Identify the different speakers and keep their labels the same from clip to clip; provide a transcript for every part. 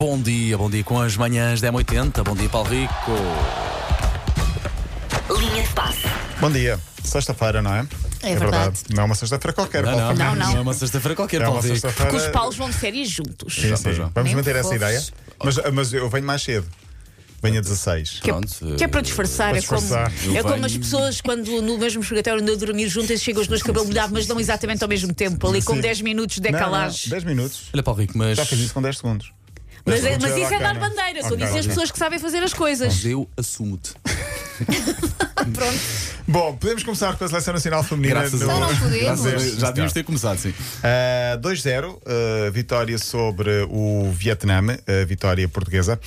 Speaker 1: Bom dia, bom dia com as manhãs da M80. Bom dia, Paulo Rico.
Speaker 2: Linha de passe.
Speaker 3: Bom dia, sexta-feira, não é?
Speaker 4: É verdade.
Speaker 3: Não é uma sexta-feira qualquer, Paulo
Speaker 1: não,
Speaker 3: Fernandes.
Speaker 4: não.
Speaker 1: é uma sexta-feira qualquer,
Speaker 3: É
Speaker 1: Paulo
Speaker 3: uma
Speaker 1: Rico.
Speaker 3: sexta-feira.
Speaker 4: Que os Paulos vão de férias juntos.
Speaker 3: Sim,
Speaker 1: Pois
Speaker 3: sim.
Speaker 1: não.
Speaker 3: Vamos
Speaker 4: Nem
Speaker 3: manter essa
Speaker 4: fofos.
Speaker 3: ideia. Mas, mas eu venho mais cedo. Venho a 16.
Speaker 4: Que é,
Speaker 1: Pronto,
Speaker 4: que é para
Speaker 1: eh,
Speaker 4: disfarçar,
Speaker 3: para
Speaker 4: é como,
Speaker 3: disfarçar.
Speaker 4: é
Speaker 1: Eu
Speaker 4: como
Speaker 1: venho-
Speaker 4: as pessoas quando no mesmo escritório andam a dormir juntas chegam os dois cabelo molhado, mas não exatamente ao mesmo tempo, ali com
Speaker 3: Sim.
Speaker 4: 10 minutos de
Speaker 3: Não, não,
Speaker 4: decalagem.
Speaker 3: 10 minutos.
Speaker 1: Olha, Paulo Rico, mas
Speaker 3: Já fiz isso com 10 segundos.
Speaker 4: Mas, é-
Speaker 3: Dez
Speaker 4: mas
Speaker 3: segundos
Speaker 4: isso é
Speaker 3: já
Speaker 4: dar
Speaker 3: ok, não?
Speaker 4: bandeira,
Speaker 3: Ok,
Speaker 4: estou a dizer as
Speaker 3: ok.
Speaker 4: pessoas que sabem fazer as coisas.
Speaker 1: eu assumo-te.
Speaker 3: Bom, podemos começar com a Seleção Nacional Feminina.
Speaker 1: Graças
Speaker 3: no-
Speaker 1: a
Speaker 4: não
Speaker 1: Deus.
Speaker 4: podemos.
Speaker 1: Graças a Deus. Já
Speaker 3: Sim,
Speaker 1: devíamos ter começado, sim.
Speaker 3: Uh, 2-0, uh, vitória sobre o Vietnã, uh, vitória portuguesa.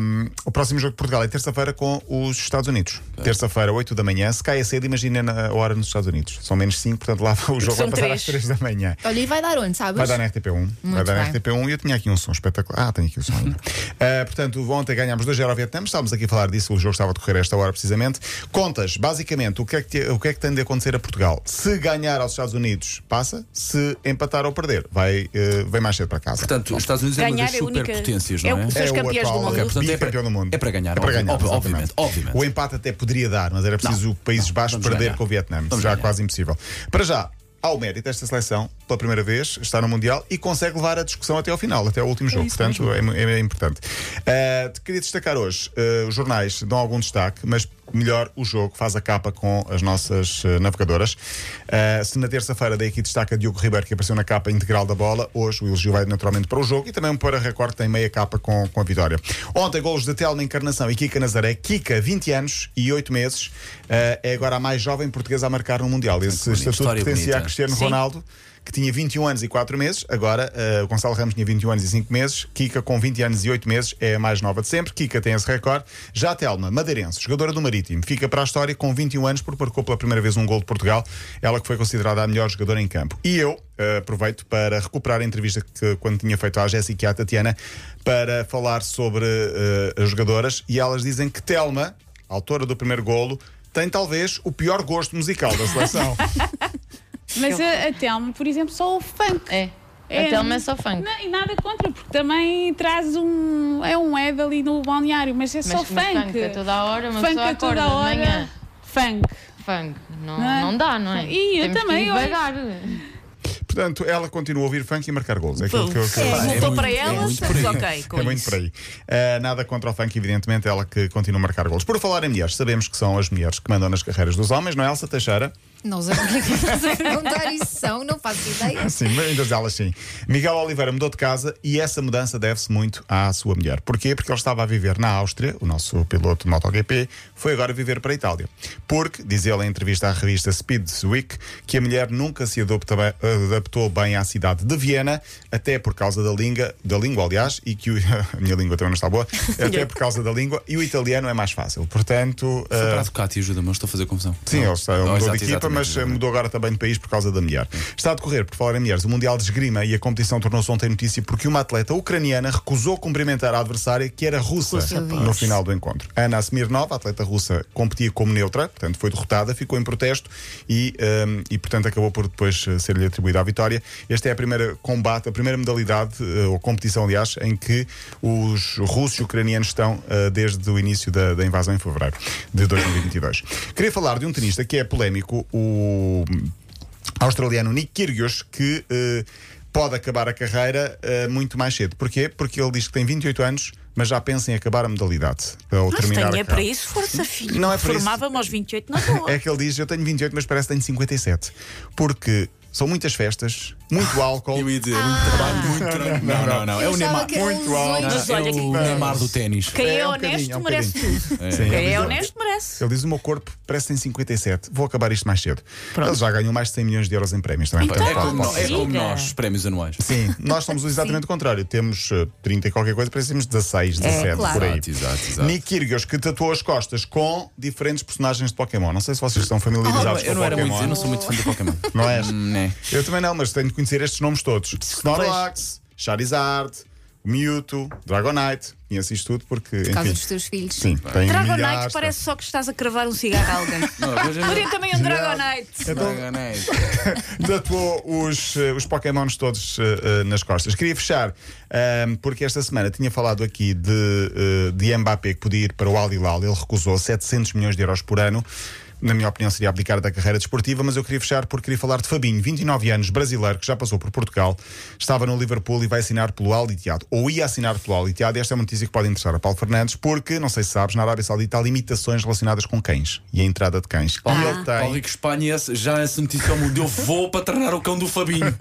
Speaker 3: Um, o próximo jogo de Portugal é terça-feira com os Estados Unidos. Terça-feira, 8 da manhã. Se cai a cedo, imagina na- a hora nos Estados Unidos. São menos 5, portanto lá o jogo vai
Speaker 4: São
Speaker 3: passar
Speaker 4: três.
Speaker 3: às 3 da manhã.
Speaker 5: Olha, e vai dar onde, sabes?
Speaker 3: Vai dar na RTP1. vai dar na
Speaker 5: bem.
Speaker 3: RTP1 e eu tinha aqui um som espetacular. Ah, tenho aqui o som ainda. Uh, portanto, ontem ganhámos 2 0 ao Vietnã. Estávamos aqui a falar disso, o jogo estava a decorrer a esta hora precisamente. Contas, basicamente, o que, é que, te- o que é que tem de acontecer a Portugal? Se ganhar aos Estados Unidos, passa. Se empatar ou perder, vai, uh, vem mais cedo para casa.
Speaker 1: Portanto, os Estados Unidos é uma
Speaker 4: Ganhar
Speaker 1: das
Speaker 4: é a única-
Speaker 1: superpotências, não
Speaker 4: é
Speaker 1: é?
Speaker 4: o que- são os
Speaker 3: o
Speaker 4: campeões
Speaker 3: atual
Speaker 4: do mundo. Ok,
Speaker 1: portanto, é para-
Speaker 3: bicampeão do mundo.
Speaker 1: é para ganhar,
Speaker 3: É para
Speaker 1: obvi-
Speaker 3: ganhar,
Speaker 1: obvi- obviamente,
Speaker 3: exatamente.
Speaker 1: obviamente.
Speaker 3: O empate até poderia dar, mas era preciso
Speaker 1: Não,
Speaker 3: o Países
Speaker 1: não,
Speaker 3: Baixos
Speaker 1: vamos
Speaker 3: perder
Speaker 1: ganhar.
Speaker 3: com o Vietnã.
Speaker 1: Vamos
Speaker 3: já é
Speaker 1: ganhar.
Speaker 3: quase impossível. Para já, ao mérito esta seleção, pela primeira vez, está no Mundial e consegue levar a discussão até ao final, até ao último jogo. Portanto, é, mu- é importante. Ah, te queria destacar hoje, ah, os jornais dão algum destaque, mas melhor o jogo faz a capa com as nossas ah, navegadoras. Ah, se na terça-feira daí aqui destaca Diogo Ribeiro, que apareceu na capa integral da bola, hoje o elogio vai naturalmente para o jogo e também para a Record, que tem meia capa com, com a vitória. Ontem, golos de Telma Encarnação e Kika Nazaré. Kika, 20 anos e 8 meses, ah, é agora a mais jovem portuguesa a marcar no Mundial. Esse
Speaker 1: bonito.
Speaker 3: estatuto
Speaker 1: História
Speaker 3: pertencia a
Speaker 1: bonita.
Speaker 3: Cristiano
Speaker 4: Sim.
Speaker 3: Ronaldo, que tinha 21 anos e 4 meses, agora eh, Gonçalo Ramos tinha 21 anos e 5 meses, Kika com 20 anos e 8 meses é a mais nova de sempre, Kika tem esse recorde. Já a Telma, madeirense, jogadora do Marítimo, fica para a história com 21 anos porque marcou pela primeira vez um gol de Portugal, ela que foi considerada a melhor jogadora em campo. E eu eh, aproveito para recuperar a entrevista que quando tinha feito à Jéssica e à Tatiana para falar sobre eh, as jogadoras e elas dizem que Telma, autora do primeiro golo, tem talvez o pior gosto musical da seleção.
Speaker 6: Mas a, a Telma, por exemplo, só o funk.
Speaker 7: É.
Speaker 6: É.
Speaker 7: A Telma é só funk.
Speaker 6: Na- E nada contra, porque também traz um. É um Ed ali no balneário, mas é só
Speaker 7: mas
Speaker 6: funk.
Speaker 7: funk a toda hora, uma
Speaker 6: Funk
Speaker 7: pessoa
Speaker 6: a toda
Speaker 7: acorda de
Speaker 6: hora.
Speaker 7: manhã.
Speaker 6: Funk.
Speaker 7: Funk. Não,
Speaker 6: Não é?
Speaker 7: não dá, não é?
Speaker 6: E eu
Speaker 7: Temos
Speaker 6: também
Speaker 7: Que ir
Speaker 6: hoje.
Speaker 7: devagar.
Speaker 3: Portanto, ela continua a ouvir funk e marcar gols. É aquilo que eu, que eu
Speaker 1: É,
Speaker 4: Voltou
Speaker 1: muito-
Speaker 4: para
Speaker 1: é
Speaker 4: elas,
Speaker 1: muito por
Speaker 4: estamos
Speaker 1: aí.
Speaker 4: ok com
Speaker 3: é muito
Speaker 4: isso.
Speaker 3: por aí. Ah, nada contra o funk, evidentemente, ela que continua a marcar gols. Por falar em mulheres, sabemos que são as mulheres que mandam nas carreiras dos homens, não é, Elsa Teixeira?
Speaker 5: Não sei porque é que estás a perguntar isso são, não faço ideia.
Speaker 3: Sim, muitas delas sim. Miguel Oliveira mudou de casa e essa mudança deve-se muito à sua mulher. Porquê? Porque ele estava a viver na Áustria, o nosso piloto de MotoGP, foi agora viver para a Itália. Porque, diz ele em entrevista à revista Speedsweek, que a mulher nunca se adopta bem- adaptou bem à cidade de Viena, até por causa da língua, da língua aliás, e que o, a minha língua também não está boa, até por causa da língua, e o italiano é mais fácil. Portanto,
Speaker 1: Foi
Speaker 3: ah,
Speaker 1: para a Ducati, ajuda-me, eu estou a fazer confusão.
Speaker 3: Sim,
Speaker 1: Não.
Speaker 3: ele está, ele
Speaker 1: Não,
Speaker 3: mudou
Speaker 1: exato,
Speaker 3: de equipa,
Speaker 1: exatamente,
Speaker 3: mas eh,
Speaker 1: exatamente.
Speaker 3: mudou agora também de país por causa da mulher. Está a decorrer, por falar em mulheres, o Mundial de Esgrima e a competição tornou-se ontem notícia porque uma atleta ucraniana recusou cumprimentar a adversária, que era russa, no final do encontro. Ana Smirnova, atleta russa, competia como neutra, portanto foi derrotada, ficou em protesto e, ehm, e portanto, acabou por depois eh, ser-lhe atribuída a vitória. Esta é a primeira combate, a primeira modalidade, eh, ou competição, aliás, em que os russos e ucranianos estão eh, desde o início da, da invasão em fevereiro de 2022. Queria falar de um tenista que é polémico, o australiano Nick Kyrgios, que eh, pode acabar a carreira eh, muito mais cedo. Porquê? Porque ele diz que tem 28 anos, mas já pensa em acabar a modalidade. eh, Ou
Speaker 4: Mas
Speaker 3: terminar
Speaker 4: tenha
Speaker 3: a
Speaker 4: é para
Speaker 3: carreira.
Speaker 4: isso força, filho.
Speaker 3: Não é para isso.
Speaker 4: Formava-me aos 28 na boa.
Speaker 3: É que ele diz: Eu tenho 28, mas parece que tenho 57. Porque são muitas festas, muito álcool.
Speaker 1: Eu ia dizer, muito
Speaker 3: Ah.
Speaker 1: trabalho, muito trabalho. Não, não, não. É o
Speaker 5: Achava
Speaker 1: Neymar.
Speaker 5: que eram
Speaker 3: muito
Speaker 5: lesões.
Speaker 4: Mas
Speaker 1: É
Speaker 4: olha que-
Speaker 1: o Neymar do ténis.
Speaker 4: Quem é,
Speaker 3: É um
Speaker 4: honesto
Speaker 3: bocadinho, é um
Speaker 4: merece tudo.
Speaker 3: Sim, ele
Speaker 4: Quem
Speaker 3: diz-
Speaker 4: é honesto merece.
Speaker 3: Ele diz: O meu corpo parece que tem 57, vou acabar isto mais cedo. Ele já ganhou mais de 100 milhões de euros em prémios também.
Speaker 4: Então,
Speaker 1: É
Speaker 3: portanto,
Speaker 1: como,
Speaker 3: pode-
Speaker 1: é como
Speaker 4: Diga.
Speaker 1: nós, prémios anuais.
Speaker 3: Sim, nós somos exatamente o contrário. Temos eh, 30 e qualquer coisa, parecemos 16, 17,
Speaker 5: claro.
Speaker 3: por aí.
Speaker 1: Exato, exato, exato.
Speaker 3: Nick Kyrgios, que tatuou as costas com diferentes personagens de Pokémon. Não sei se vocês estão familiarizados
Speaker 1: Ah, Eu
Speaker 3: com
Speaker 1: não era
Speaker 3: Pokémon.
Speaker 1: muito, eu não sou muito fã do Pokémon.
Speaker 3: Não és?
Speaker 1: Hum, né.
Speaker 3: Eu também não, mas tenho de conhecer estes nomes todos: Snorlax, Charizard, Mewtwo, Dragonite, conheço isto tudo porque.
Speaker 5: por causa
Speaker 3: enfim,
Speaker 5: dos teus filhos.
Speaker 3: Sim, tem milhares,
Speaker 4: Dragonite
Speaker 3: tá.
Speaker 4: parece só que estás a cravar um cigarro a alguém. Podia também um Dragonite.
Speaker 3: Então,
Speaker 1: é
Speaker 3: tatuou os, eh, os Pokémons todos eh, eh, nas costas. Queria fechar, ahm, porque esta semana tinha falado aqui de, eh, de Mbappé que podia ir para o Al Hilal. Ele recusou 700 milhões de euros por ano. Na minha opinião, seria abdicar da carreira desportiva, mas eu queria fechar porque queria falar de Fabinho, 29 anos, brasileiro, que já passou por Portugal, estava no Liverpool e vai assinar pelo Al Ittihad, ou ia assinar pelo Al Ittihad. Esta é uma notícia que pode interessar a Paulo Fernandes, porque, não sei se sabes, na Arábia Saudita há limitações relacionadas com cães e a entrada de cães.
Speaker 4: Ah.
Speaker 3: e ele tem...
Speaker 1: Paulo Rico Espanha esse- já essa notícia ao mundo. Eu vou para treinar o cão do Fabinho.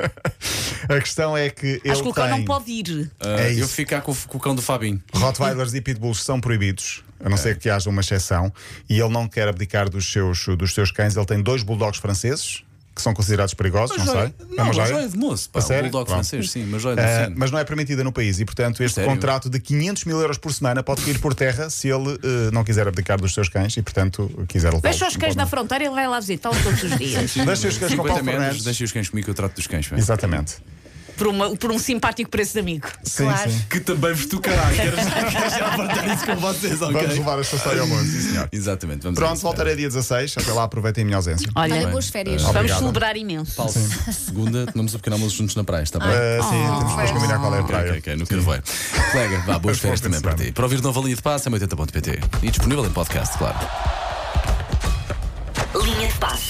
Speaker 3: A questão é que
Speaker 4: Acho
Speaker 3: ele
Speaker 4: que o cão
Speaker 3: tem...
Speaker 4: não pode ir.
Speaker 1: Ah,
Speaker 3: É isso.
Speaker 1: eu ficar com, o- com o cão do Fabinho.
Speaker 3: Rottweilers e Pitbulls são proibidos, a não ser que haja uma exceção, e ele não quer abdicar dos seus, dos seus cães. Ele tem dois bulldogs franceses, que são considerados perigosos, não sei. É
Speaker 1: Não,
Speaker 3: uma
Speaker 1: mas
Speaker 3: joia?
Speaker 1: já é de moço. Pá,
Speaker 3: A
Speaker 1: o
Speaker 3: sério?
Speaker 1: Bulldog
Speaker 3: Pronto.
Speaker 1: francês, sim, mas já é de
Speaker 3: Ah,
Speaker 1: mocinho.
Speaker 3: mas não é permitida no país e, portanto, este
Speaker 1: Sério?
Speaker 3: contrato de 500 mil euros por semana pode cair por terra se ele eh, não quiser abdicar dos seus cães e, portanto, quiser levá-lo.
Speaker 4: Deixa os cães
Speaker 3: Pode-
Speaker 4: na fronteira e ele vai lá visitá-los todos os dias.
Speaker 3: Deixa os cães com o
Speaker 1: 50
Speaker 3: Paulo
Speaker 1: metros,
Speaker 3: Fernandes.
Speaker 1: Deixa os cães comigo que eu trato dos cães. pá.
Speaker 3: Exatamente.
Speaker 4: por, uma- por um simpático preço de amigo.
Speaker 3: Sim,
Speaker 5: Claro.
Speaker 3: sim.
Speaker 1: Que também vos tocará. Quero já, quero já partilhar isso com vocês, ok?
Speaker 3: Vamos levar esta história ao mundo, sim, senhor.
Speaker 1: Exatamente, vamos a
Speaker 3: Pronto,
Speaker 1: isso.
Speaker 3: voltarei dia 16. Até lá, aproveitem a minha ausência.
Speaker 4: Olha,
Speaker 5: Olha, boas férias.
Speaker 3: Ah,
Speaker 4: vamos
Speaker 3: Obrigado.
Speaker 4: celebrar imenso.
Speaker 1: Paulo, segunda, tomamos o pequeno almoço juntos na praia, está
Speaker 4: Oh,
Speaker 1: bem?
Speaker 3: Ah, sim, temos que depois combinar qual é a
Speaker 1: Ok,
Speaker 3: praia.
Speaker 1: ok, ok, no Carvoeiro. Colega, vá, boas
Speaker 3: Vou
Speaker 1: férias também
Speaker 3: pensar.
Speaker 1: para ti. Para ouvir de novo a linha de passe é 80.pt e disponível em podcast, claro.
Speaker 2: Linha de passe.